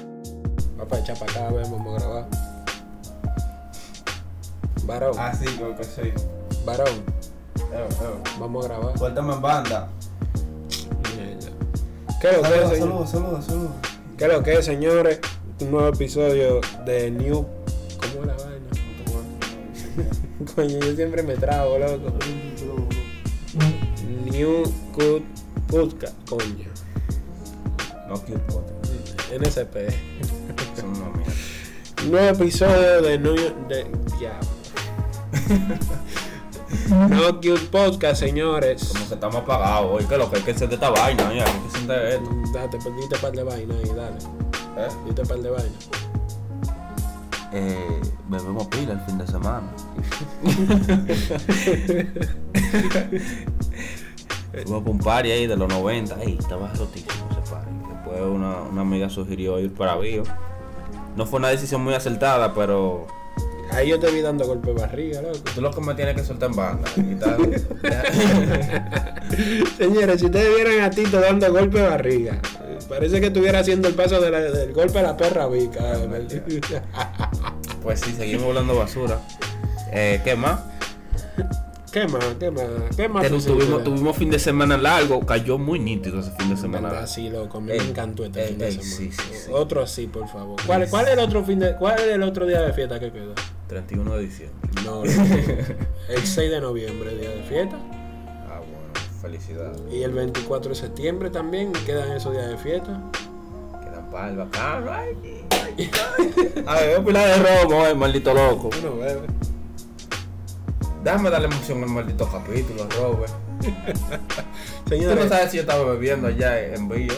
Voy a aprovechar para acá, a ver, vamos a grabar. Varón, Ah, sí, creo que sí. varón, Eh, eh. vamos a grabar. Cuéntame en banda. Mierda. ¿Qué es lo que es, Saludos, señor? saludos, saludos, saludos. ¿Qué es lo que es, señores? Un nuevo episodio de New. ¿Cómo la vaina? Coño, yo siempre me trago, loco. New Good Podcast, coño. No quiero podcast. NSP. Son una mierda. Nuevo episodio de New. De... Diablo. no Good Podcast, señores. Como que estamos apagados hoy, que lo que hay que hacer de esta vaina, ya, hay que hacer de esto. Date, pues, dite par de vaina ahí, dale. ¿Eh? Dite par de vaina. Eh, bebemos pila el fin de semana. Eh. Fuimos a un party ahí de los 90. Ey, estaba rotísimo ese party. Después una, una amiga sugirió ir para Bio. No fue una decisión muy acertada, pero Ahí yo te vi dando golpe de barriga, loco. tú lo que me tienes que soltar en banda. y tal. Señores, si ustedes vieran a Tito dando golpe de barriga, eh, parece que estuviera haciendo el paso de la- del golpe a la perra vica. eh, pues sí, seguimos volando basura. Eh, ¿Qué más? ¿Qué más? ¿Qué más? ¿Qué más? Pero posibilidad? tuvimos, tuvimos fin de semana largo. Cayó muy nítido ese fin de semana. Verdad, sí, loco, a mí Ey, me encantó este ey, fin de ey, semana. sí, sí, sí. Otro así, por favor. ¿Cuál, cuál es el otro fin de, cuál es el otro día de fiesta que quedó? 31 de diciembre. No, loco, el 6 de noviembre, día de fiesta. Ah, bueno, felicidades. Y el 24 de septiembre también quedan esos días de fiesta. Quedan palmas. A ver, pila de robo, eh, maldito loco. Uno bebe. Déjame darle emoción al maldito capítulo, Robert. Tú no Señores, sabes si yo estaba bebiendo allá en Billo.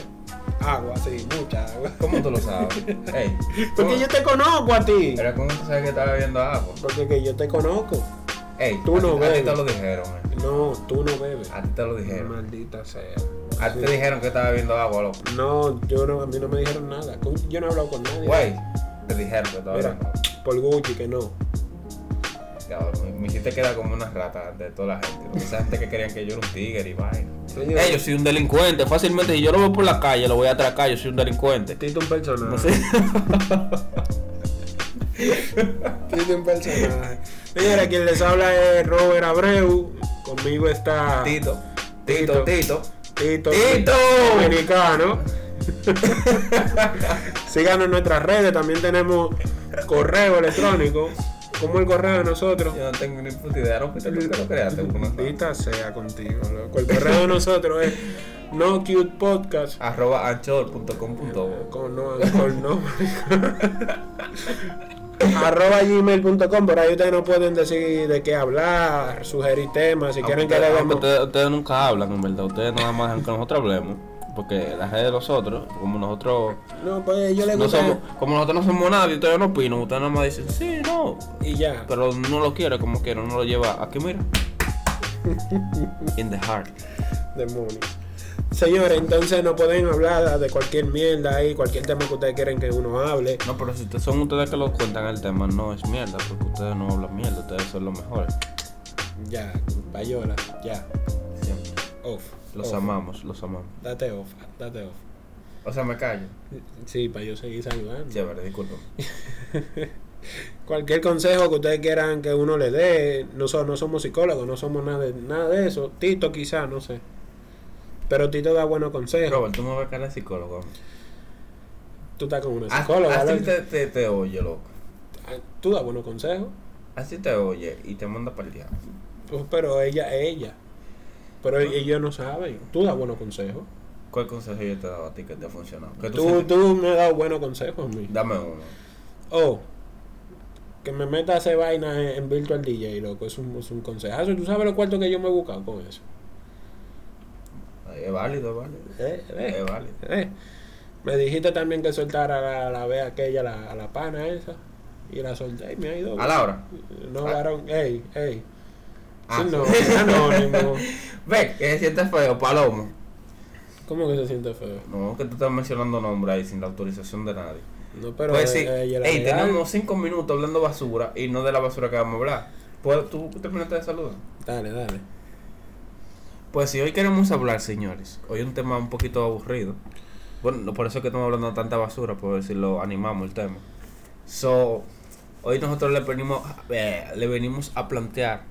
agua, sí, mucha agua. ¿Cómo tú lo sabes? Ey, ¿cómo? Porque yo te conozco a ti. Pero ¿cómo tú sabes que estaba bebiendo agua? Porque que yo te conozco. Ey, Tú a ti- no A ti bebes. te lo dijeron, eh. No, tú no bebes. A ti te lo dijeron. Maldita sea. A ti te dijeron que estaba bebiendo agua, loco. No, yo no, a mí no me dijeron nada. Con- Yo no he hablado con nadie. Güey, te dijeron que estaba Mira, bebiendo agua. por Gucci que no. Cabrón, me- me hiciste quedar como una rata de toda la gente. ¿no? Esa gente que creían que yo era un tigre y vaina. Señor. Ey, yo soy un delincuente. Fácilmente, si yo lo veo por la calle, lo voy a atracar. Yo soy un delincuente. Tito un personaje. No sé. Tito un personaje. Señora, quien les habla es Robert Abreu. Conmigo está Tito, Tito, Tito. Tito, ¡Tito! Dominicano. Síganos en nuestras redes. También tenemos correo electrónico. Como el correo de nosotros. Yo no tengo ni puta idea. No, Peter, nunca lo creaste. uno. Maldita sea contigo, loco. El correo de nosotros es no cute podcast Arroba anchor.com.bo. con no con no arroba gmail.com por ahí ustedes nos pueden decir de qué hablar, sugerir temas, si Ah, quieren que le Aunque demos ustedes, ustedes nunca hablan, en verdad. Ustedes nada más dejan que nosotros hablemos. Porque las redes de nosotros, como nosotros No, pues yo le no gusta somos, como nosotros no somos nadie, ustedes no opinan, ustedes nada más dicen, sí, no, y ya. pero no lo quiere como quiere, no lo lleva aquí, mira. In the heart. Demonios. Señores, entonces nos pueden hablar de cualquier mierda ahí, cualquier tema que ustedes quieren que uno hable. No, pero si ustedes- son ustedes que lo cuentan el tema, no es mierda, porque ustedes no hablan mierda, ustedes son los mejores. Ya, payola, ya. Siempre. Off. Los off. amamos, los amamos. Date off, date off. O sea, me callo. Sí, para yo seguir saludando. Chévere, disculpa. Cualquier consejo que ustedes quieran que uno le dé, no, so- no somos psicólogos, no somos nada de, nada de eso. Tito quizá, no sé. Pero Tito da buenos consejos. Robert, tú me vas a cara de psicólogo. Tú estás con una Así, psicóloga. así loco. te, te, te oye, loco. Ah, Tú das buenos consejos. Así te oye y te manda para el diablo. Pues, pero ella es ella. Pero ellos no saben. Tú das buenos consejos. ¿Cuál consejo yo te he dado a ti que te ha funcionado? Que tú Tú, sientes- tú me has dado buenos consejos a mí. Dame uno. Oh, que me meta a hacer vaina en, en Virtual DJ, loco. Es un, es un consejazo. ¿Tú sabes lo cuarto que yo me he buscado con eso? Es válido, es válido. Eh, eh. Es válido. Eh, me dijiste también que soltara la, la vea aquella, la, a la pana esa. Y la solté y me ha ido. A Laura. No, Ah. varón. Ey, ey. Ah. Sí, no, es anónimo. Ve, que se siente feo, Palomo. ¿Cómo que se siente feo? No, que tú estás mencionando nombres ahí sin la autorización de nadie. No, pero pues eh, sí, ella era Ey, legal. tenemos cinco minutos hablando basura y no de la basura que vamos a hablar. Pues tú terminaste de saludar. Dale, dale. Pues si hoy queremos hablar, señores, hoy un tema un poquito aburrido, Bueno, por eso es que estamos hablando de tanta basura, por si lo animamos el tema. So, hoy nosotros le venimos, eh, le venimos a plantear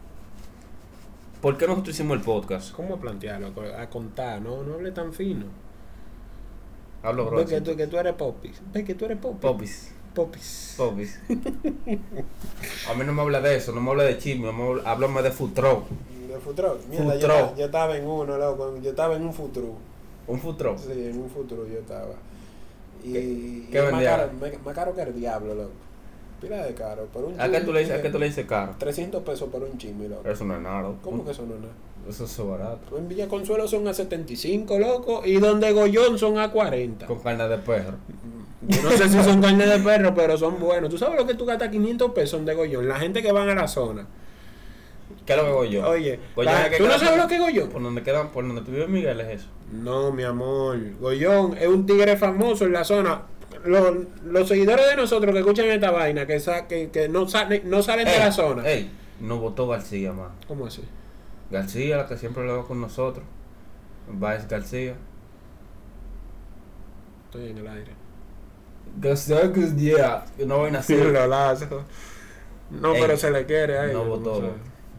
por qué nosotros hicimos el podcast. ¿Cómo plantearlo? A contar, no, no hable tan fino. Hablo, bro. Ve que tú, que tú eres popis. Ve que tú eres popis. Popis. Popis. Popis. a mí no me habla de eso, no me habla de chisme, no me habla- háblame de futuro. De futuro. Mierda, yo, Futro. ta- yo estaba en uno, loco. Yo estaba en un futuro. Un futuro. Sí, en un futuro yo estaba. Y, y qué más, vendía? caro, me- más caro que el diablo, loco. Pila de caro. Por un ¿A qué tú le dices, a chisme, qué tú le dices caro? 300 pesos por un chisme, loco. Eso no es nada. loco. ¿Cómo que eso no es nada? Eso es barato. En Villa Consuelo son a 75, loco. Y donde Gollón son a 40. Con carne de perro. Yo no sé si son carne de perro, pero son buenos. ¿Tú sabes lo que tú gastas 500 pesos en de Gollón? La gente que van a la zona. ¿Qué es lo que hago yo? Oye, Goyo es la- el que ¿tú no queda- sabes lo que es Goyón? Por donde quedan, por donde tú vives, Miguel, es eso. No, mi amor. Gollón es un tigre famoso en la zona. Los, los seguidores de nosotros que escuchan esta vaina, que, sa- que, que no, salen, no salen de Ey, la zona. Ey, no votó García, más. ¿Cómo así? García, la que siempre lo va con nosotros. Baez García. Estoy en el aire. García, García. Una vaina así. lo lazo. No, Ey, pero se le quiere ahí. no votó. sé.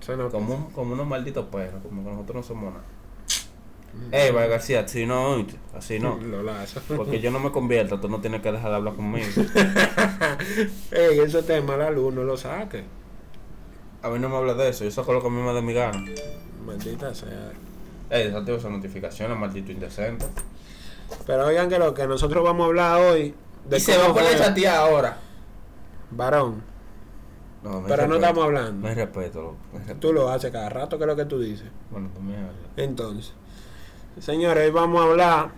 Se nos- Como, un- como unos malditos perros, como que nosotros no somos nada. Ey, Baez García, así no, oíste, así eh, no. Lo lazo. Porque yo no me convierta, tú no tienes que dejar de hablar conmigo. Ey, ese tema la luz no lo saque. A mí no me hablas de eso, yo saco lo que a mí me da mi gana. Maldita sea. Ey, desactiva esas notificaciones, maldito indecente. Pero oigan que lo que nosotros vamos a hablar hoy. Y se va a cómo poner fue- esa tía ahora. Varón. No, me Pero no respeto. estamos hablando. Me respeto, loco. me respeto. Tú lo haces cada rato, que es lo que tú dices. Bueno, tú me hablas. Entonces, señores, hoy vamos a hablar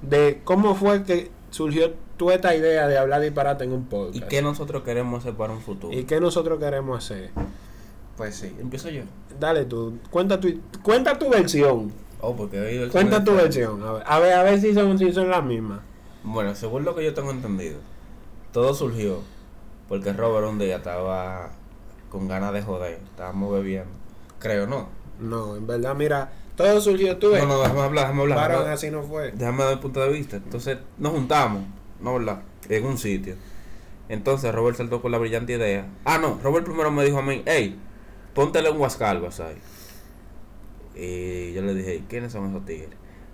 de cómo fue que surgió toda esta idea de hablar disparate en un ¿Y podcast. qué nosotros queremos hacer para un futuro? ¿Y qué nosotros queremos hacer? Pues sí. Empiezo yo. Dale tú, cuenta tu, cuenta tu versión. Oh, porque he oído el Cuenta tu comentario. versión. A ver, a ver, a ver si, son, si son las mismas. Bueno, según lo que yo tengo entendido, todo surgió porque Robert un día estaba con ganas de joder. Estábamos bebiendo. Creo, ¿no? No, en verdad, mira, todo surgió tú. No, no, déjame hablar, déjame hablar. Varón, déjame- así no fue. Déjame dar mi punto de vista. Entonces nos juntamos, ¿no verdad? En un sitio. Entonces Robert saltó con la brillante idea. Ah, no, Robert primero me dijo a mí, hey, ponte lenguas calvas ahí. Y yo le dije, "Ey, ¿quiénes son esos tigres?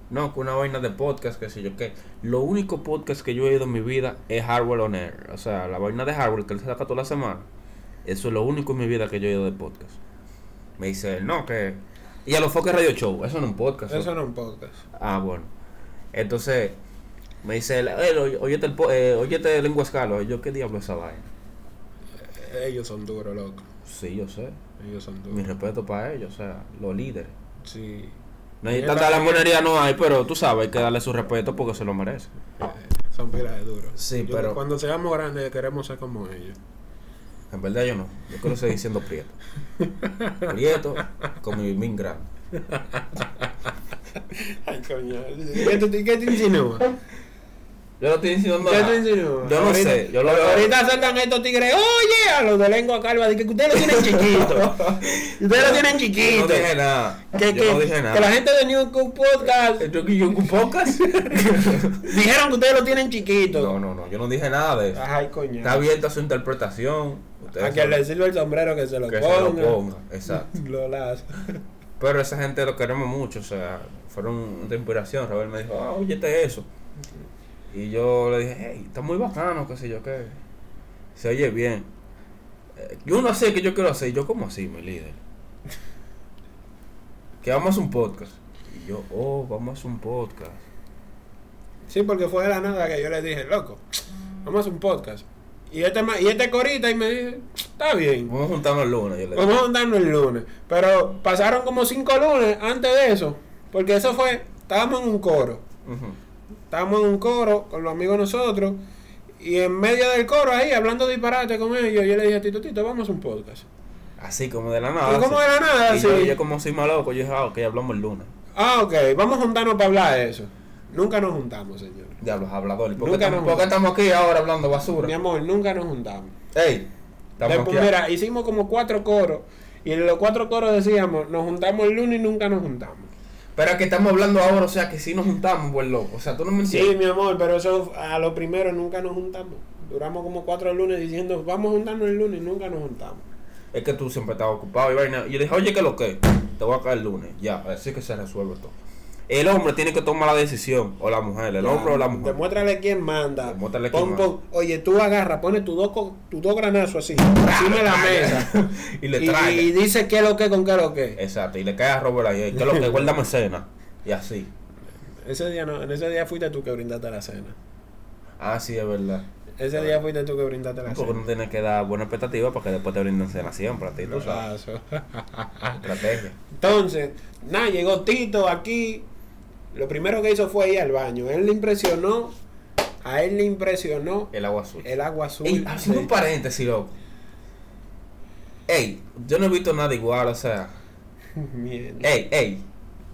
No, que una vaina de podcast, qué sé yo qué. Lo único podcast que yo he oído en mi vida es Hardware on Air. O sea, la vaina de Hardware que él saca toda la semana. Eso es lo único en mi vida que yo he oído de podcast. Me dice, no, que. Y a los Focus Radio Show, eso no es un podcast. Eso no es un podcast. Ah, bueno. Entonces, me dice, él, "Eh, oy- óyete, el po- eh, óyete Lenguas Carlos. Yo, ¿qué diablo es esa vaina? Ellos son duros, loco. Sí, yo sé. Ellos son Mi duros. respeto para ellos, o sea, los líderes. Sí. No hay Mira, tanta también- lamonería, no hay, pero tú sabes, hay que darle su respeto porque se lo merece. eh, Son pilas de duros. Sí, Yo- pero- Cuando seamos grandes queremos ser como ellos. En verdad yo no. Yo quiero seguir siendo prieto. Prieto con mi min grande. Ay, coño. ¿Qué te, qué te insinúa? Yo lo estoy diciendo ¿Qué te nada. insinúa? Yo no Ahorita- sé. Yo lo veo. Ahorita saltan estos tigres, oye, a los de lengua calva, de que ustedes lo tienen chiquito. ustedes lo tienen Yo chiquito. no dije nada. que, yo que- no dije que la nada. gente de New Cook Podcast ¿Yo que yo un podcast? dijeron que ustedes lo tienen chiquito. No, no, no. Yo no dije nada de eso. Ay, coño. Está abierta a su interpretación. Ustedes A quien saben. le sirve el sombrero que se lo que ponga. se lo ponga, exacto. Lo lazo. Pero esa gente lo queremos mucho, o sea, fueron de inspiración. Robert me dijo, ah, óyete eso. Y yo le dije, hey, está muy bacano, qué sé yo qué. Se oye bien. Eh, Yo no sé qué yo quiero hacer. Y yo, ¿cómo así, mi líder? Que vamos a hacer un podcast. Y yo, oh, vamos a hacer un podcast. Sí, porque fue de la nada que yo le dije, loco, vamos a hacer un podcast. Y este, ma- y este corita y me dice, está bien. Vamos a juntarnos el lunes, yo le dije. Vamos a andarnos el lunes. Pero pasaron como cinco lunes antes de eso. Porque eso fue, estábamos en un coro. Ujú. Estábamos en un coro con los amigos nosotros. Y en medio del coro ahí, hablando disparate con ellos, yo le dije a Tito, Tito, vamos a un podcast. Así como de la nada. Y como así. de la nada, Y yo, sí. yo como soy malo, yo dije, ah, ok, hablamos el lunes. Ah, ok, vamos a juntarnos para hablar de eso. Nunca nos juntamos, señor. Ya los habladores. ¿Por, qué Nunca estamos, nos- por qué estamos aquí ahora hablando Mi basura? amor, nunca nos juntamos. Ey, estamos Después, aquí. mira, hicimos como cuatro coros. Y en los cuatro coros decíamos, nos juntamos el lunes y nunca nos juntamos. Pero es que estamos hablando ahora, o sea, que sí nos juntamos, buen loco. O sea, tú no me Sí, mi amor, pero eso a lo primero nunca nos juntamos. Duramos como cuatro lunes diciendo, vamos a juntarnos el lunes y nunca nos juntamos. Es que tú siempre estabas ocupado y vaina. Y yo le dije, oye, ¿qué es lo que? Te voy a caer el lunes. Ya, así que se resuelve todo. El hombre tiene que tomar la decisión, o la mujer, el hombre o la mujer. Demuéstrale quién manda. Demuéstrale Pon- quién manda. pon- oye, tú agarra, pones tus dos, co- tus dos granazos así, encima de la mesa. y le Eh. Y, trae. y dice qué es lo que con qué es lo que. Exacto, y le cae a Robert ahí. ¿Qué es lo que? Guárdame cena. Y así. Ese día no, en ese día fuiste tú que brindaste la cena. Ah, sí, es verdad. Ese día fuiste tú que brindaste la Porque cena. uno tiene que dar buena expectativa para que después te brinden cena siempre a ti, tú sabes. Brazo. Estrategia. Entonces, nada, llegó Tito aquí. Lo primero que hizo fue ir al baño. Él le impresionó. A él le impresionó El agua azul. el agua azul. Ey, haciendo de- un paréntesis, loco. Ey, yo no he visto nada igual, o sea. Mierda. Ey, ey,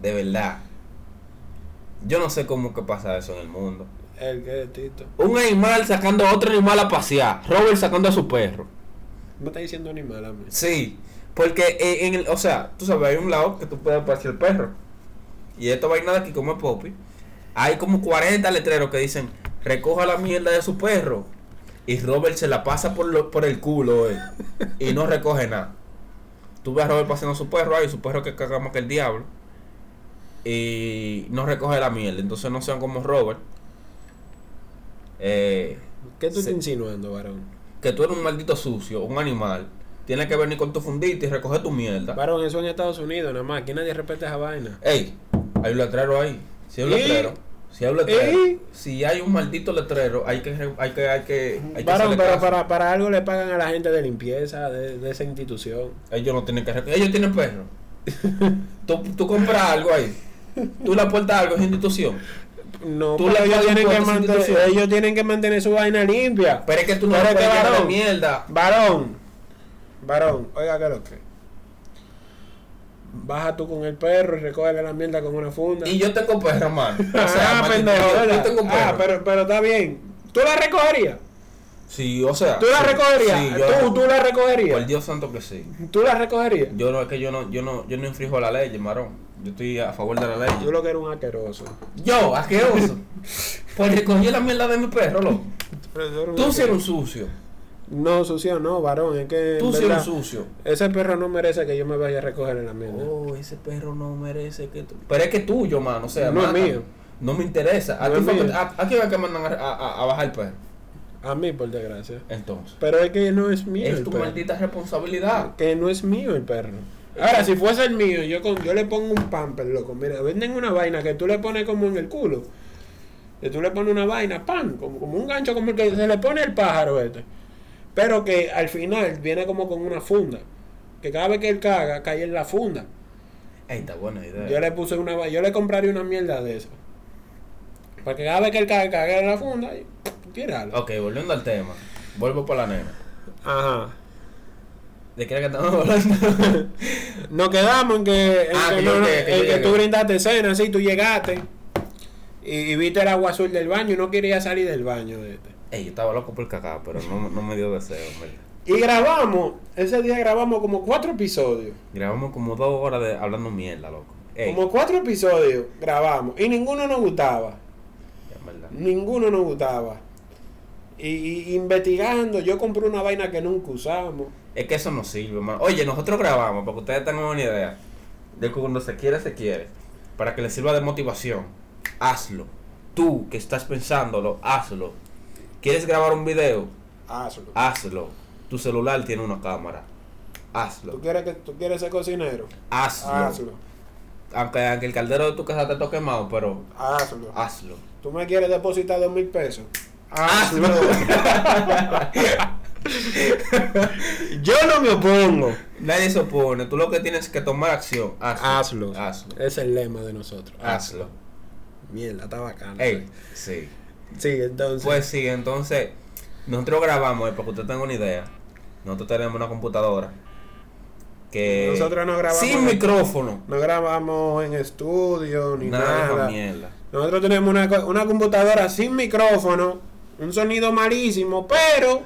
de verdad. Yo no sé cómo que pasa eso en el mundo. El que es Tito. Un animal sacando a otro animal a pasear. Robert sacando a su perro. Me está diciendo animal a mí. Sí, porque eh, en, en el, o sea, tú sabes, hay un lado que tú puedes pasear el perro. Y esta vaina de aquí como Poppy. Hay como 40 letreros que dicen, recoja la mierda de su perro. Y Robert se la pasa por, lo- por el culo eh, y no recoge nada. Tú ves a Robert paseando a su perro ahí, su perro que caga más que el diablo. Y no recoge la mierda. Entonces no sean como Robert. Eh, ¿Qué tú Sí. estás insinuando, varón? que tú eres un maldito sucio, un animal. Tienes que venir con tu fundita y recoger tu mierda. Varón, eso en Estados Unidos nada más. Aquí nadie respeta esa vaina. Ey, hay un letrero ahí. Si hay un ¿Y? letrero. Si hay un letrero. ¿Y? Si hay un maldito letrero, hay que re- hay que hay que, hay que Varón, hacerle pero caso. para, para algo le pagan a la gente de limpieza de, de esa institución. Ellos no tienen que recoger. Ellos tienen perro. tú, tú compras algo ahí. Tú le aportas algo a esa institución. No, Tú pero le ellos pagas tienen, por que esa mantener, institución. ellos tienen que mantener su vaina limpia. Pero es que tú no Pero le es que, puedes llenar de varón. mierda. Varón, varón, oiga que lo que. Baja tú con el perro y recógele la mierda con una funda. Y yo tengo perro, man. O sea, ah, man, pendejo, yo, yo ¿verdad? tengo un perro. Ah, pero, pero está bien. ¿Tú la recogerías? Sí, o sea. ¿Tú la sí, recogerías? sí, yo- ¿Tú, ¿Tú la Por recogerías? Dios santo que sí. ¿Tú la recogerías? Yo no, es que yo no, yo no, yo no infrijo la ley, marón. Yo estoy a favor de la Tú ley. lo que eres un asqueroso. Yo, asqueroso. pues recogí la mierda de mi perro, loco. Tú sí eres un sucio. No, sucio no, varón. Es que. Tú en sí eres un verdad, sucio. Ese perro no merece que yo me vaya a recoger en la mierda. Oh, ese perro no merece que tú. Pero es que es tuyo, mano. O sea, No es mátalo. mío. No me interesa. ¿A No quién es fue que- mío. a- a quién es que mandan a, a- a bajar el perro? A mí, por desgracia. Entonces. Pero es que no es mío. Es el tu perro. maldita responsabilidad. Que no es mío el perro. Ahora, si fuese el mío, yo con, yo le pongo un pamper, loco. Mira, venden una vaina que tú le pones como en el culo. Que tú le pones una vaina, pan, como, como un gancho como el que se le pone el pájaro este. Pero que al final viene como con una funda. Que cada vez que él caga, cae en la funda. Ey, está buena idea. Yo le puse una va- yo le compraría una mierda de esa. Para que cada vez que él caga, caga en la funda y tíralo. Ok, volviendo al tema. Vuelvo para la nena. Ajá. ¿De qué era que estamos hablando? Nos quedamos en que, en Ah, que que yo no- llegué, que en yo que llegué. tú brindaste cena, sí, tú llegaste y, y viste el agua azul del baño y no querías salir del baño. de este. Ey, yo estaba loco por cacao, pero no, no me dio deseo, en verdad. Y grabamos, ese día grabamos como cuatro episodios. Grabamos como dos horas de hablando mierda, loco. Ey, Como cuatro episodios grabamos y ninguno nos gustaba. en verdad. Ninguno nos gustaba. Y, y investigando, yo compré una vaina que nunca usamos. Es que eso no sirve, hermano. Oye, nosotros grabamos para que ustedes tengan una idea de que cuando se quiere, se quiere. Para que les sirva de motivación. Hazlo. Tú que estás pensándolo, hazlo. ¿Quieres grabar un video? Hazlo. Hazlo. Tu celular tiene una cámara. Hazlo. ¿Tú quieres, que, ¿Tú quieres ser cocinero? Hazlo. Hazlo. Aunque, aunque el caldero de tu casa te toque quemado, pero Hazlo. hazlo. ¿Tú me quieres depositar dos mil pesos? Hazlo. Yo no me opongo. Nadie se opone. Tú lo que tienes es que tomar acción. Hazlo. Hazlo. Hazlo. Es el lema de nosotros. Hazlo. Mierda, está bacano. Ey, sí. Sí, entonces. Pues sí, entonces, nosotros grabamos, eh, para que usted tenga una idea. Nosotros tenemos una computadora que. Nosotros no grabamos Sin en- micrófono. no grabamos en estudio ni Nada de esa nada. mierda. Nosotros tenemos una, co- una computadora sin micrófono, un sonido malísimo, pero.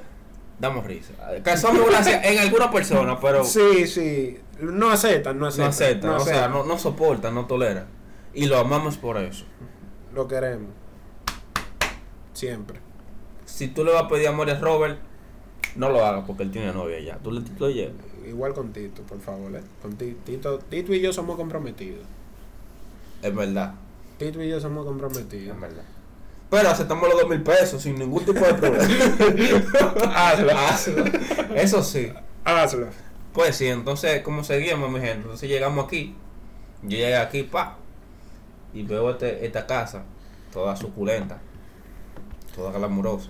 Damos risa. Causamos gracia en alguna persona, pero Sí, sí. No aceptan, no no aceptan. aceptan. o sea, aceptan. no, no soportan, no toleran. Y lo amamos por eso. Lo queremos. Siempre. Si tú le vas a pedir amor a Robert, no lo hagas porque él tiene novia ya. Tú le tú lo llevas. Igual con Tito, por favor. ¿eh? Con Ti- Tito, Tito y yo somos comprometidos. Es verdad. Tito y yo somos comprometidos. Es verdad. Pero aceptamos los dos mil pesos sin ningún tipo de problema. hazlo, hazlo. Eso sí. Hazlo. Pues sí, entonces, ¿cómo seguimos, mi gente? Entonces llegamos aquí. Yo llegué aquí, pa. Y veo este- esta casa, toda suculenta, toda glamurosa.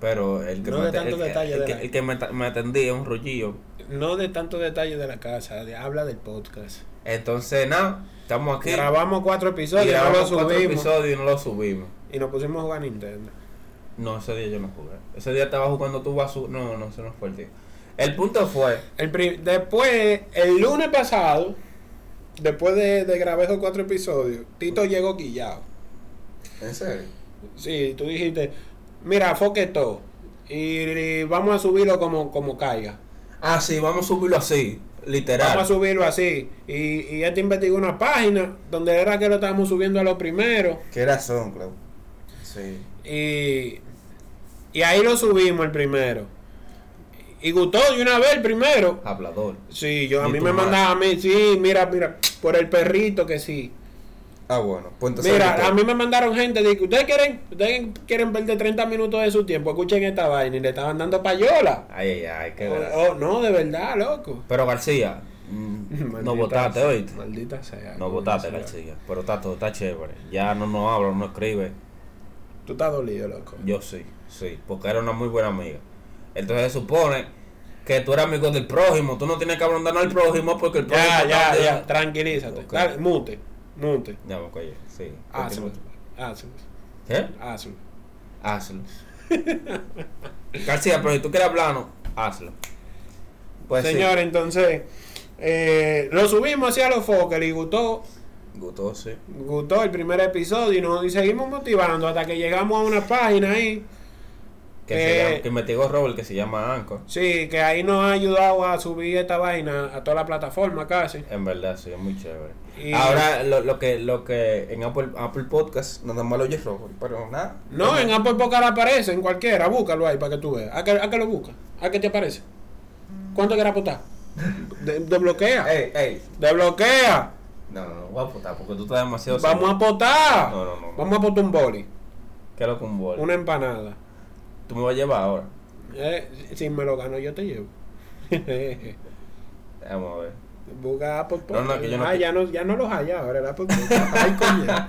Pero el que, No me, de ate- el tantos que- detalles el de que- la- el que me ta- me atendía, un rollillo. No de tanto detalle de la casa, de- habla del podcast. Entonces, nada, estamos aquí. Grabamos cuatro y episodios, no grabamos los cuatro subimos. episodios y no lo subimos. Y nos pusimos a jugar a Nintendo. No, ese día yo no jugué. Ese día estaba jugando tu basura. No, no, ese no fue el día. El punto fue. El pri- después, el lunes pasado, después de, de grabar esos cuatro episodios, Tito llegó quillado. ¿En serio? Sí, tú dijiste, mira, foque todo. Y, y vamos a subirlo como, como caiga. Ah, sí, vamos a subirlo así, literal. Vamos a subirlo así. Y, y él te investigó una página donde era que lo estábamos subiendo a lo primero. ¿Qué era SoundCloud? Sí. Y, y ahí lo subimos el primero. Y gustó de una vez el primero. Hablador. Sí, yo a Y mí tu me madre. mandaba a mí, sí, mira, mira, por el perrito que sí. Ah, bueno. Pues Mira, a mí me mandaron gente, de que ustedes quieren, ustedes quieren perder 30 minutos de su tiempo, escuchen esta vaina y le estaban dando payola. Ay, ay, ay, qué gracia. Oh, oh, no, de verdad, loco. Pero García, mm, Maldita no votaste, sea- oíste. Maldita sea. No coño, votaste, sea. García. Pero está todo, está chévere. Ya no nos habla, no escribe. Tú estás dolido, loco. Yo sí, sí. Porque era una muy buena amiga. Entonces se supone que tú eres amigo del prójimo. Tú no tienes que ablandar al prójimo porque el prójimo. ya, ya, también- ya, tranquilízate. Ok. Dale, mute, mute. Ya me callé, sí. Hazlo, Continúa. hazlo, ¿Eh? hazlo. Hazlo. García, pero si tú quieres hablarnos, hazlo. Pues Señor, entonces, eh, lo subimos hacia los Fokker y gustó sí. Gustó, sí. gustó el primer episodio y nos y seguimos motivando hasta que llegamos a una página ahí. Que, se Eh, llama- que investigó Robert, que se llama Anchor. Sí, que ahí nos ha ayudado a subir esta vaina a toda la plataforma casi. En verdad, sí, es muy chévere. Y- Ahora, lo, lo que lo que en Apple, Apple Podcast nada más lo oye Robert, pero nada. No, en Apple Podcast aparece, en cualquiera, búscalo ahí para que tú veas. ¿A que, a que lo buscas? ¿A que te aparece? ¿Cuánto quieres apostar? De- desbloquea. Ey, ey. Desbloquea. No, no, no, voy a apostar porque tú estás demasiado. Vamos a seguro. apostar. No, no, no, no. Vamos a apostar un boli, Que lo con bol. una empanada. Tú me vas a llevar ahora. Eh, si- si me lo gano, yo te llevo. Vamos a ver. Busca Apple No, no, Podcast. que yo no ah, te- ya, no, ya no los halla ahora el Apple Podcast. Ay, coño.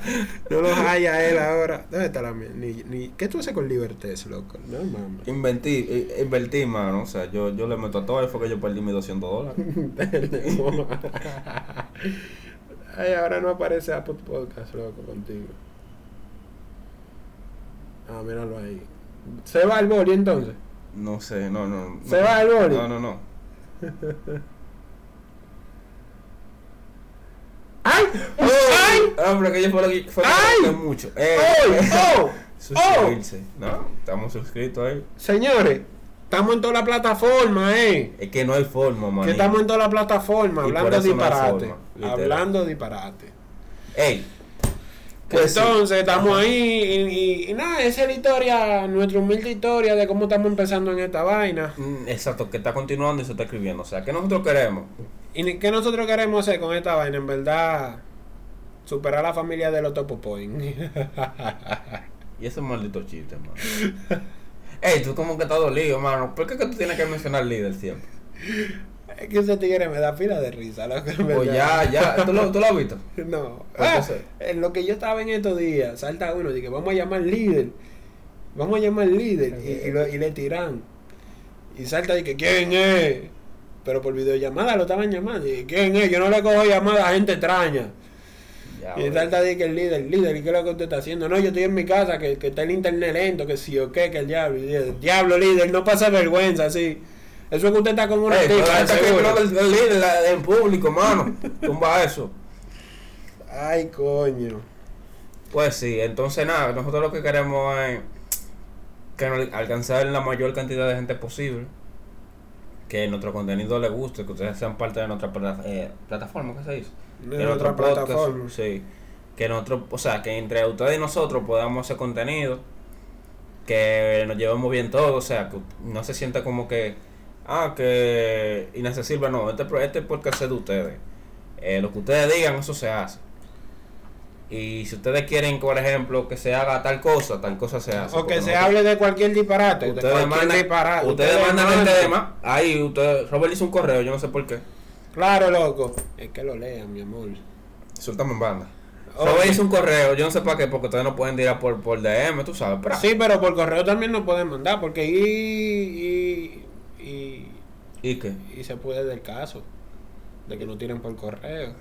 No los halla él ahora. ¿Dónde está la mía? Ni, ni... ¿Qué tú haces con libertades, loco? No mames. Invertí, eh, invertí, mano. O sea, yo, yo le meto a todo y fue que yo perdí mis 200 dólares. Ay, ahora no aparece Apple Podcast, loco, contigo. Ah, míralo ahí. ¿Se va el boli entonces? No sé, no, no. no. ¿Se va el boli? No, no, no. ¡Ay! ¡Ay! Ah, pero que yo fue lo que fue lo que ¡Ay! gasté mucho. Eh, eh. ¡Oh! ¡Oh! Suscribirse. No, estamos suscritos ahí. Señores, estamos en toda la plataforma, eh. Es que no hay forma, man. Que estamos en toda la plataforma Y por hablando eso no hay disparate. forma, literal. hablando disparate. Ey. Pues sí. Entonces, estamos ahí y, y- y nada, esa es la historia, nuestra humilde historia de cómo estamos empezando en esta vaina. Mm, Exacto, que está continuando y se está escribiendo. O sea, ¿qué nosotros queremos? ¿Y ni- qué nosotros queremos hacer con esta vaina? En verdad, superar la familia de los Topopoin. Y ese maldito chiste, mano. Ey, tú como que estás dolido, mano. ¿Por qué que tú tienes que mencionar líder siempre? es que ese tigre me da fila de risa, loco, en Pues verdad. ya, ya. ¿Tú lo, tú lo has visto? No. Pues Ah, entonces- en lo que yo estaba en estos días, salta uno, dije, vamos a llamar líder. Vamos a llamar líder. Y, y lo- y le tiran. Y salta, dije, ¿quién es? Pero por videollamada lo estaban llamando. Dije, ¿quién es? Yo no le cojo llamada a gente extraña. Ya, y bueno. salta, dije, el líder, líder, ¿y qué es lo que usted está haciendo? No, yo estoy en mi casa, que, que está el internet lento, que sí o qué, que el diablo. Y dije, diablo, líder, no pase vergüenza, así. Eso es que usted está con una Ey, pero tipa, de está que seguro. hablando el, el líder la- en público, mano. Tumba eso. Ay, coño. Pues sí, entonces nada, nosotros lo que queremos es que nos alcanzar la mayor cantidad de gente posible, que nuestro contenido les guste, que ustedes sean parte de nuestra plata- eh, plataforma, ¿qué se dice? No en en otro otra podcast, plataforma. Sí. Que nosotros, o sea, que entre ustedes y nosotros podamos hacer contenido, que nos llevemos bien todos, o sea, que no se sienta como que, ah, que inaccesible, no, este, pro- este podcast es de ustedes. Eh, lo que ustedes digan, eso se hace. Y si ustedes quieren, por ejemplo, que se haga tal cosa, tal cosa se hace. O que porque se nosotros- hable de cualquier disparate. de Ustedes cualquier mandan, disparate. ustedes mandan el mandan. tema. Ahí, usted, Robert hizo un correo, yo no sé por qué. Claro, loco. Es que lo lean, mi amor. Suéltame en banda. Ok. Robert hizo un correo, yo no sé para qué, porque ustedes no pueden tirar por, por DM, tú sabes. Pero, Sí, pero por correo también nos pueden mandar, porque ahí y, y, ¿Y qué? y se puede del caso, de que no tiren por correo.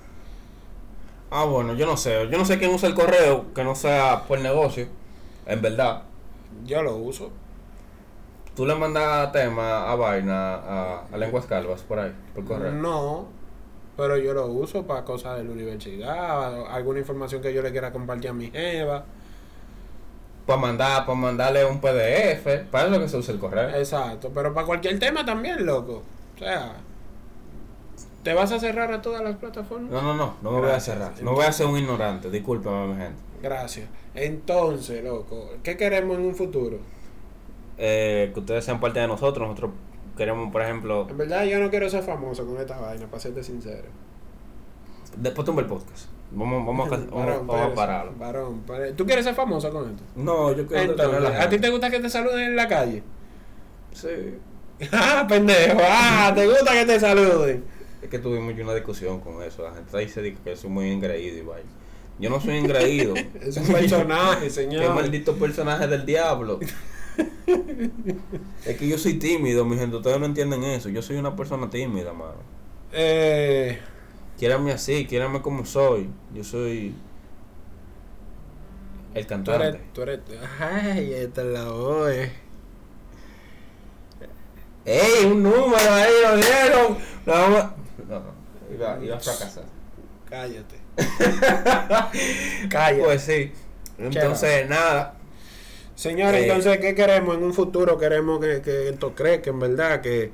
Ah, bueno, yo no sé. Yo no sé quién usa el correo que no sea por negocio, en verdad. Yo lo uso. Tú le mandas tema a vaina, a, a lenguas calvas, por ahí, por correo. Mm. No, pero yo lo uso para cosas de la universidad, o alguna información que yo le quiera compartir a mi jeva. Para mandar, para mandarle un PDF, para eso es que se usa el Eh. correo. Exacto, pero para cualquier tema también, loco. O sea, ¿te vas a cerrar a todas las plataformas? No, no, no, no me voy a Gracias. cerrar. No voy a ser un ignorante, discúlpame, mi gente. Gracias. Entonces, loco, ¿qué queremos en un futuro? eh, que ustedes sean parte de nosotros. Nosotros queremos, por ejemplo, En verdad yo no quiero ser famoso con esta vaina, para serte sincero. después tumba el podcast. Vamos, vamos, a, vamos, Varón, vamos a Pérez, pararlo. varón, Pérez. ¿Tú quieres ser famoso con esto? No, yo Entonces, tener la ¿a ti gente. te gusta que te saluden en la calle? Sí. ¡Ah, pendejo! ¡Ah, te gusta que te saluden! Es que tuvimos ya una discusión con eso. La gente ahí se dijo que soy muy engreído y vaya. Yo no soy engreído. Es un personaje, Qué señor. maldito personaje del diablo. es que yo soy tímido, mi gente. Ustedes no entienden eso. Yo soy una persona tímida, mano. Eh, Quierame así, quierame como soy. Yo soy el tú cantante. eres, tú eres... ¡Ay, esta es la eh. voz! ¡Ey! Un número ahí, lo dieron. Lo vamos a- No, no. Iba, iba a fracasar. Cállate. Cállate. Pues sí. Entonces, nada. Señores, Eh. entonces, ¿qué queremos en un futuro? Queremos que, que esto crezca, en verdad, que,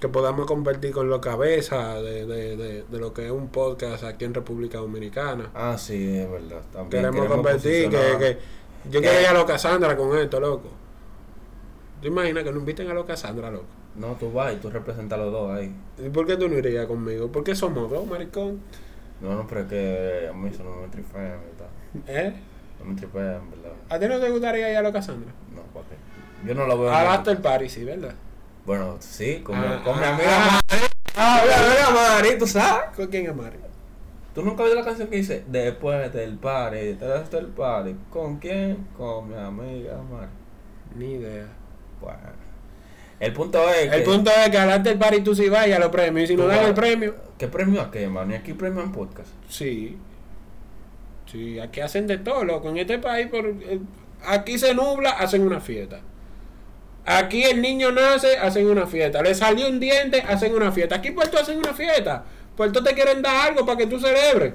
que podamos compartir con la cabeza de, de, de, de lo que es un podcast aquí en República Dominicana. Ah, sí, es verdad. También Queremos, compartir, que, posicionar- Eh, que yo Que- quiero ir a lo Casandra con esto, loco. ¿Te imaginas que nos inviten a lo Casandra, loco? No, tú vas y tú representas a los dos ahí. ¿Y por qué tú no irías conmigo? ¿Por qué somos dos, maricón? No, no, pero es que a mí eso no me tripea, en verdad. ¿Eh? No me tripea, en verdad. ¿A ti no te gustaría ir a lo Casandra? No, ¿para qué? Yo no lo veo. A en- After Party, sí, ¿verdad? Bueno, sí, con, Ah, con mi ah, amiga ah, Mari. Ah, mi amiga Mari, tú sabes. ¿Con quién es Mari? ¿Tú nunca oído la canción que dice Después del party, detrás del party? ¿Con quién? Con mi amiga Mari. Ni idea. Bueno. El punto es. El que- punto es que al After Party tú sí vas y a los premios. Y si Eh, tú no dan vas- el premio, ¿Qué premio a qué, mano? Y aquí premio en podcast. Sí. Sí, aquí hacen de todo, loco. En este país, por, eh, aquí se nubla, hacen una fiesta. Aquí el niño nace, hacen una fiesta. Le salió un diente, hacen una fiesta. Aquí en Puerto hacen una fiesta. Puerto te quieren dar algo para que tú celebres.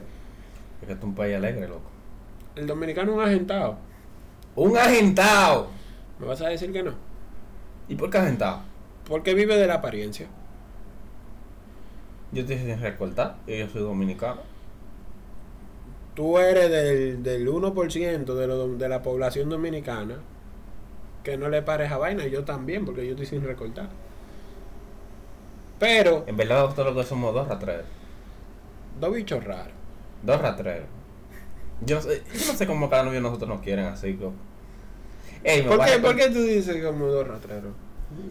Porque es un país alegre, loco. El dominicano es un agentado. ¡Un agentado! ¿Me vas a decir que no? ¿Y por qué agentado? Porque vive de la apariencia. Yo estoy sin recortar y yo soy dominicano. Tú eres del, del 1% de, lo- de la población dominicana que no le pareja vaina. Yo también, porque yo estoy sin recortar. Pero En verdad, nosotros lo que somos dos ratreros. Dos bichos raros. Dos ratreros. Yo, no sé- yo no sé cómo cada uno de nosotros nos quieren así, loco. Ey, me ¿Por vas a qué, recor- por qué tú dices como dos ratreros?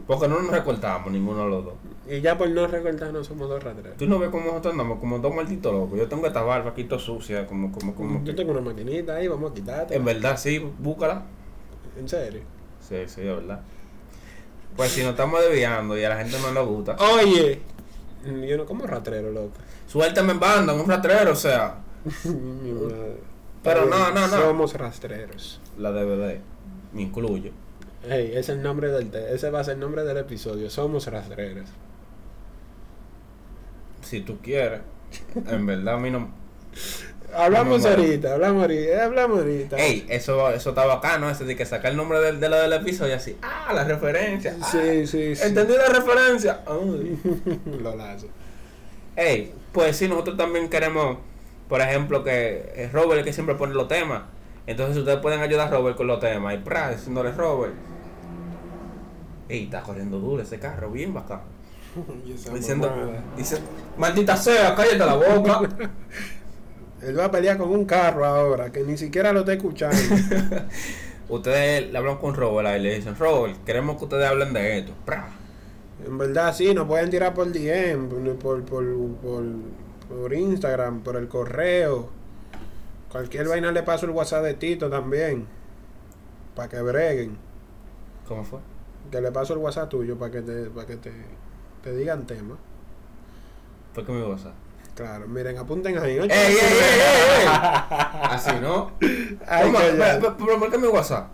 Porque no nos recortamos ninguno de los dos. Y ya por no recordarnos somos dos ratreros. Tú no ves cómo nosotros andamos, como dos malditos locos. Yo tengo esta barba aquí toda sucia, como, como, como. Yo que- tengo una maquinita ahí, vamos a quitarte. En verdad, sí, búscala. En serio. Sí, sí, de verdad. Pues si nos estamos desviando y a la gente no le gusta, Oye, yo no como ratrero, loco. suéltame en banda, un ratrero, o sea, Mi madre. Pero no, no, no. Somos rastreros. la DVD me incluye. Ey, ese es el nombre del te- ese va a ser el nombre del episodio. Somos rastreros. Si tú quieres, en verdad a mí no. Hablamos No me muero. ahorita, hablamos ahorita, eh, hablamos ahorita. Ey, eso, eso está bacano, ese de que sacar el nombre del, de la del episodio así. Ah, la referencia. ah, Sí, sí, sí. Entendí la referencia. Ay. Lo lazo. Ey, pues sí, nosotros también queremos por ejemplo, que es Robert el que siempre pone los temas. Entonces ustedes pueden ayudar a Robert con los temas. Y pra, diciéndole Robert. Y está corriendo duro ese carro, bien bacán. Y esa Diciendo, mamada. dice, maldita sea, cállate la boca. Él va a pelear con un carro ahora, que ni siquiera lo está escuchando. ustedes le hablan con Robert ahí, le dicen, Robert, queremos que ustedes hablen de esto. Pra. en verdad, sí, nos pueden tirar por DM, por, por, por, por, por Instagram, por el correo. Cualquier vaina le paso el WhatsApp de Tito también. Para que breguen. ¿Cómo fue? Que le paso el WhatsApp tuyo para que te, para que te, te digan temas. Fue que me goza. Claro, miren, apunten ahí. ¡Ey, ey, ey, ey, ey! Así, ¿no? Ay, Toma, que ya- ve- ve- pero marca mi WhatsApp.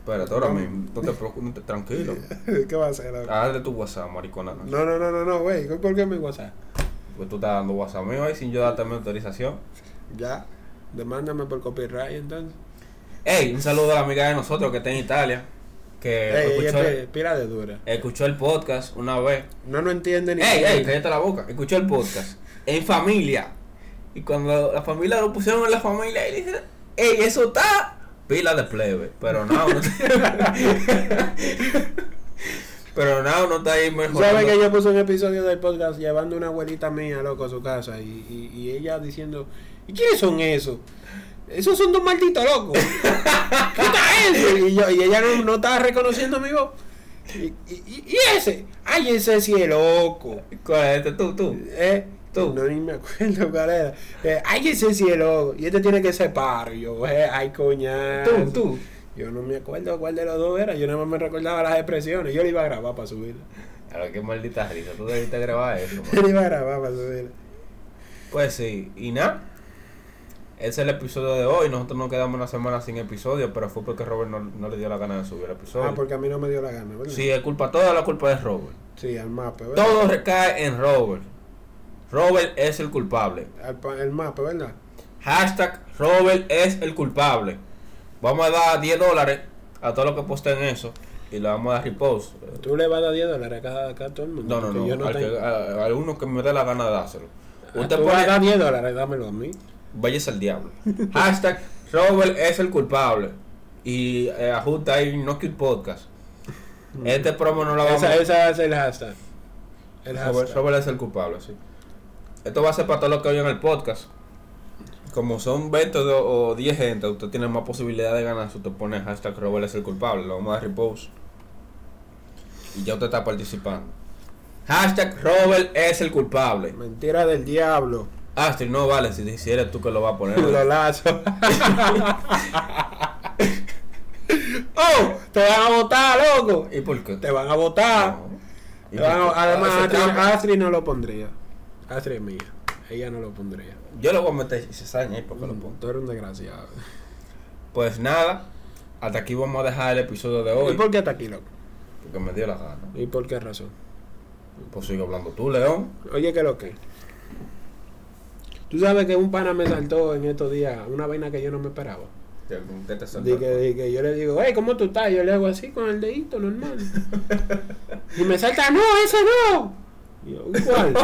Espérate, ahora mismo. No te preocupes, no te- tranquilo. ¿Qué va a hacer? ahora? Hazle tu WhatsApp, maricona. No, no, no, no, no, güey. ¿Por qué mi WhatsApp? Pues tú estás dando WhatsApp mío ahí sin yo darte mi autorización. Ya. Demándame por copyright entonces. Ey, un saludo a la amiga de nosotros que está en Italia. Que Ey, ella escuchó, es pi- pila de dura. escuchó el podcast una vez. No, no entiende ni. Ey, ey, siquiera. cállate la boca. Escuchó el podcast. En familia. Y cuando la familia lo pusieron en la familia, y dice, ey, eso está pila de plebe. Pero no, no Pero no, no está ahí Tú mejor. ¿Sabes que yo puse un episodio del podcast llevando una abuelita mía, loco, a su casa? Y, y- y ella diciendo, ¿y quiénes son esos? Esos son dos malditos locos. ¿Qué está ese? Y, yo- y ella no, no estaba reconociendo mi voz. Y, y- y ese, ay, ese sí es loco. ¿Cuál es este? Tú, tú. ¿Eh? Tú. No, ni me acuerdo cuál era. Eh, ay, ese sí es loco. Y este tiene que ser paro. Y Yo, eh, ay, coña. Tú, tú. Yo no me acuerdo cuál de los dos era. Yo nada más me recordaba las expresiones. Yo le iba a grabar para subirla. Claro, qué maldita risa. Tú debiste grabar eso. man. Yo le iba a grabar para subirla. Pues sí, y nada. Ese es el episodio de hoy. Nosotros nos quedamos una semana sin episodio, pero fue porque Robert no, no le dio la gana de subir el episodio. Ah, porque a mí no me dio la gana, ¿verdad? Sí, es culpa, toda la culpa es Robert. Sí, al mapa, ¿verdad? Todo recae en Robert. Robert es el culpable. Al pa- el mapa, ¿verdad? Hashtag Robert es el culpable. Vamos a dar 10 dólares a todo lo que posteen eso y le vamos a dar repost. Tú le vas a dar 10 dólares a cada, a cada todo el mundo. No, no, porque no. Yo no al que- tengo... a, a alguno que me dé la gana de dárselo. Ah, Usted tú vas a pone, dar 10 dólares, dámelo a mí. váyase al diablo. Hashtag Robert es el culpable. Y eh, ajusta ahí No Kill Podcast. Este promo no lo vamos Esa, esa es el hashtag. El Robert, hashtag. Robert es el culpable, sí. Esto va a ser para todos los que oyen el podcast. Como son 20 o- o 10 gente, usted tiene más posibilidad de ganar si usted pone hashtag Robert es el culpable. Lo vamos a dar repost. Y ya usted está participando. Hashtag Robert es el culpable. Mentira del diablo. Astrid, no vale si, si eres tú que lo va a poner. Lo lazo. ¡Oh! ¡Te van a votar, loco! ¿Y por qué? Te van a votar. No. Ah, ¿Y Te van a- por qué? Además, Eso es Astrid, trampa. Astrid no lo pondría. Astrid es mía. Ella no lo pondría. Yo lo voy a meter cizaña ahí porque lo pongo. Tú eres un desgraciado. Pues nada, hasta aquí vamos a dejar el episodio de ¿Y hoy. por qué está aquí, loco? Porque me dio la gana. ¿Y por qué razón? Pues sigo hablando tú, León. Oye, que lo que. Tú sabes que un pana me saltó en estos días una vaina que yo no me esperaba. Te- te- te saltó Dije, el cuerpo. dije, yo le digo, hey, ¿cómo tú estás? Yo le hago así con el dedito normal. y me salta, no, ese no. Y yo, ¿y cuál?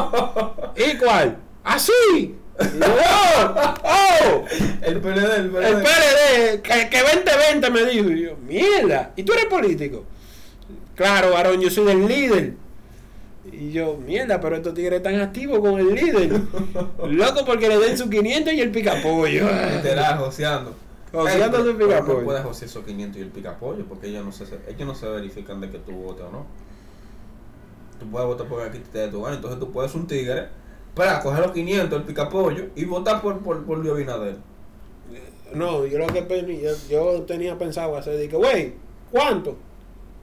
¿Y cuál? ¡Así! Y yo, ¡Oh! ¡Oh! El PLD, el El PLD, que, que 2020 me dijo. Y yo, mierda, ¿y tú eres político? Claro, varón, yo soy del líder. Y yo, mierda, pero estos tigres están activos con el líder. Loco porque le den su 500 y el picapollo. Literal, joseando. Joseando Ey, su pero- picapollo. pero No puedes josear esos 500 y el picapollo porque ellos no se, ellos no se verifican de que tú votes o no. Tú puedes votar por aquí te dé tu gana. Entonces tú puedes ser un tigre para coger los 500, el picapollo y votar por, por, por Luis Abinader. No, yo lo que pen- yo, yo tenía pensado hacer, dije, güey, ¿cuánto?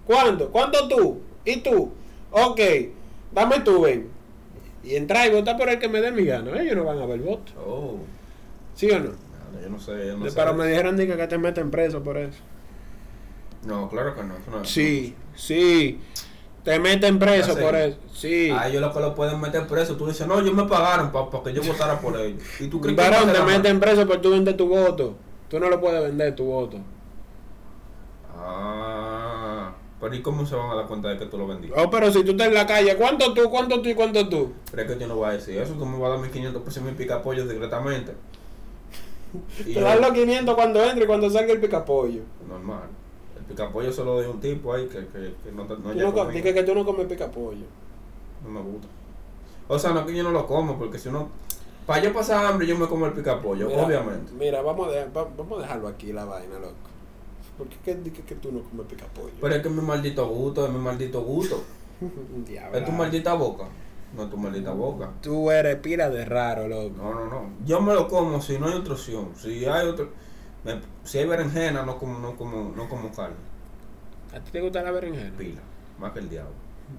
¿Cuánto? ¿Cuánto tú? ¿Y tú? Ok, dame tú, ven. Y entrar y votar por el que me dé mi gana. Ellos no van a ver voto. Oh, ¿Sí o no? nada, yo no sé. Yo no, sé. Pero me dijeron dije, que te meten preso por eso. no, claro que no. eso no es- Sí, sí. Te meten preso Ah, sí. por eso. Sí. A ellos lo que lo pueden meter preso. Tú dices, no, ellos me pagaron para que yo votara por ellos. Y tú crees que Varón, no te te la- meten preso por tú vender tu voto. Tú no lo puedes vender tu voto. Ah. Pero ¿y cómo se van a dar cuenta de que tú lo vendiste? Oh, pero si tú estás en la calle, ¿cuánto tú, cuánto tú y cuánto tú? Pero es que yo no voy a decir eso. Tú me vas a dar mis 500 pesos y mi pica pollo discretamente. Y Te yo- dan los 500 cuando entre y cuando salga el picapollo. Normal. El picapollo se lo de un tipo ahí que, que, que no, te- no Tú llega no co- conmigo. Dije que tú no comes picapollo. No me gusta. O sea, no que yo no lo como, porque si uno. Para yo pasar hambre, yo me como el picapollo, Mira, obviamente. Mira, vamos a, dejar- va- vamos a dejarlo aquí la vaina, loco. ¿Por qué que, dije que tú no comes picapollo? Pero es que es mi maldito gusto, es mi maldito gusto. Diablo. Es tu maldita boca. No es tu maldita boca. Tú eres pila de raro, loco. No, no, no. Yo me lo como si no hay otra opción. Si hay otro. me- si hay berenjena, no como, no como, no como carne. ¿A ti te gusta la berenjena? Pila. Más que el diablo.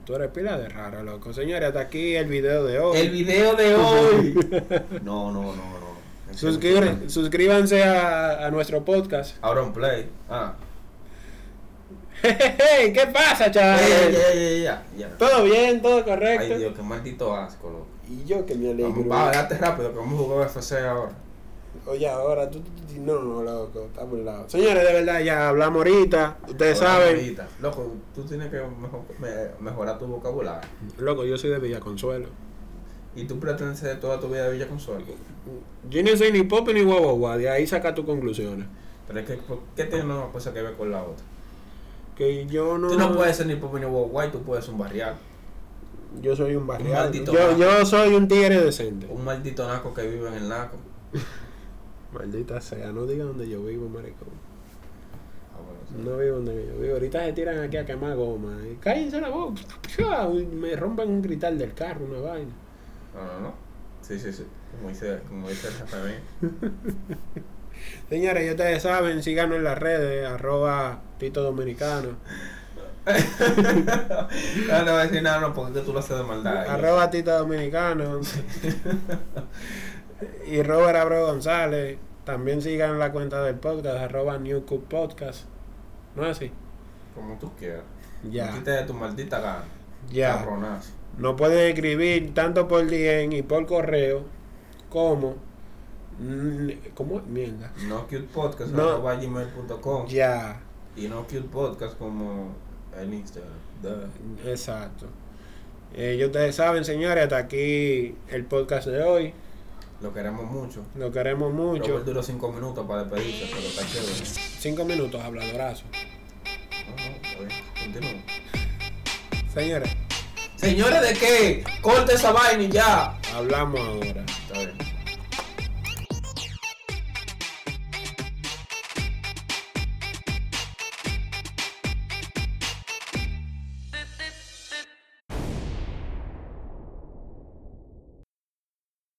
Tú eres pila de raro, loco. Señores, hasta aquí el video de hoy. El video de hoy. No, no, no, no. Suscríbanse, suscríbanse a, a nuestro podcast. Ahora un play. Ah. Jejeje, ¿Qué pasa, Ya, chaval? ya, ya, eh. ya, ya. Todo bien, todo correcto. Ay, Dios, qué maldito asco, loco. Y yo que me alegro. Vamos, va, date rápido, que vamos a jugar UFC ahora. Oye, ahora tú, tú- tú- no, no, loco, estamos al lado. Señores, de verdad, ya hablamos ahorita. Ustedes Ahora, saben. ahorita. Loco, tú tienes que mejor- me- mejorar tu vocabulario. Loco, yo soy de Villa Consuelo. Y tú pretendes ser toda tu vida de Villa Consuelo. Yo no soy ni pop ni guau guau, guau. De ahí saca tus conclusiones. Pero es que, ¿por ¿qué tiene una cosa que ver con la otra? Que yo no. Tú no puedes ser ni popo ni guay, tú puedes ser un barrial. Yo soy un Un barrial. maldito Yo, naco. yo soy un tigre decente. Un maldito naco que vive en el naco. Maldita sea, no diga dónde yo vivo, maricón. Ah, bueno, sí. No vivo donde yo vivo. Ahorita se tiran aquí a quemar goma. Y cállense la voz. Pshua, uy, Me rompen un grital del carro, una vaina. Mm. No, no, no. Sí, sí, sí. Como dice, como dice el jefe mío. Señores, ya ustedes saben, síganos en las redes, arroba Tito Dominicano, No, no voy a decir nada, no, porque es que tú lo haces de maldad. arroba Tito Dominicano y Robert Abro González. También sigan la cuenta del podcast, arroba New Cook Podcast. ¿No es así? Como tú quieras. Ya, Quítate de tu maldita gana. ya. Cabronazo. Nos pueden escribir tanto por DM y por correo como... mm, ¿Cómo? Mierda. No cute podcast No. arroba gmail.com Ya, y no cute podcast como en Instagram. Duh. exacto. Eh, ya ustedes saben, señores, hasta aquí el podcast de hoy. Lo queremos mucho. Lo queremos Robert mucho. duró cinco minutos para despedirse, pero está chévere. Cinco minutos habladorazo. No, no, está bien. Continúa. Señores, Señores, ¿de qué? Corta esa vaina y ya. hablamos ahora.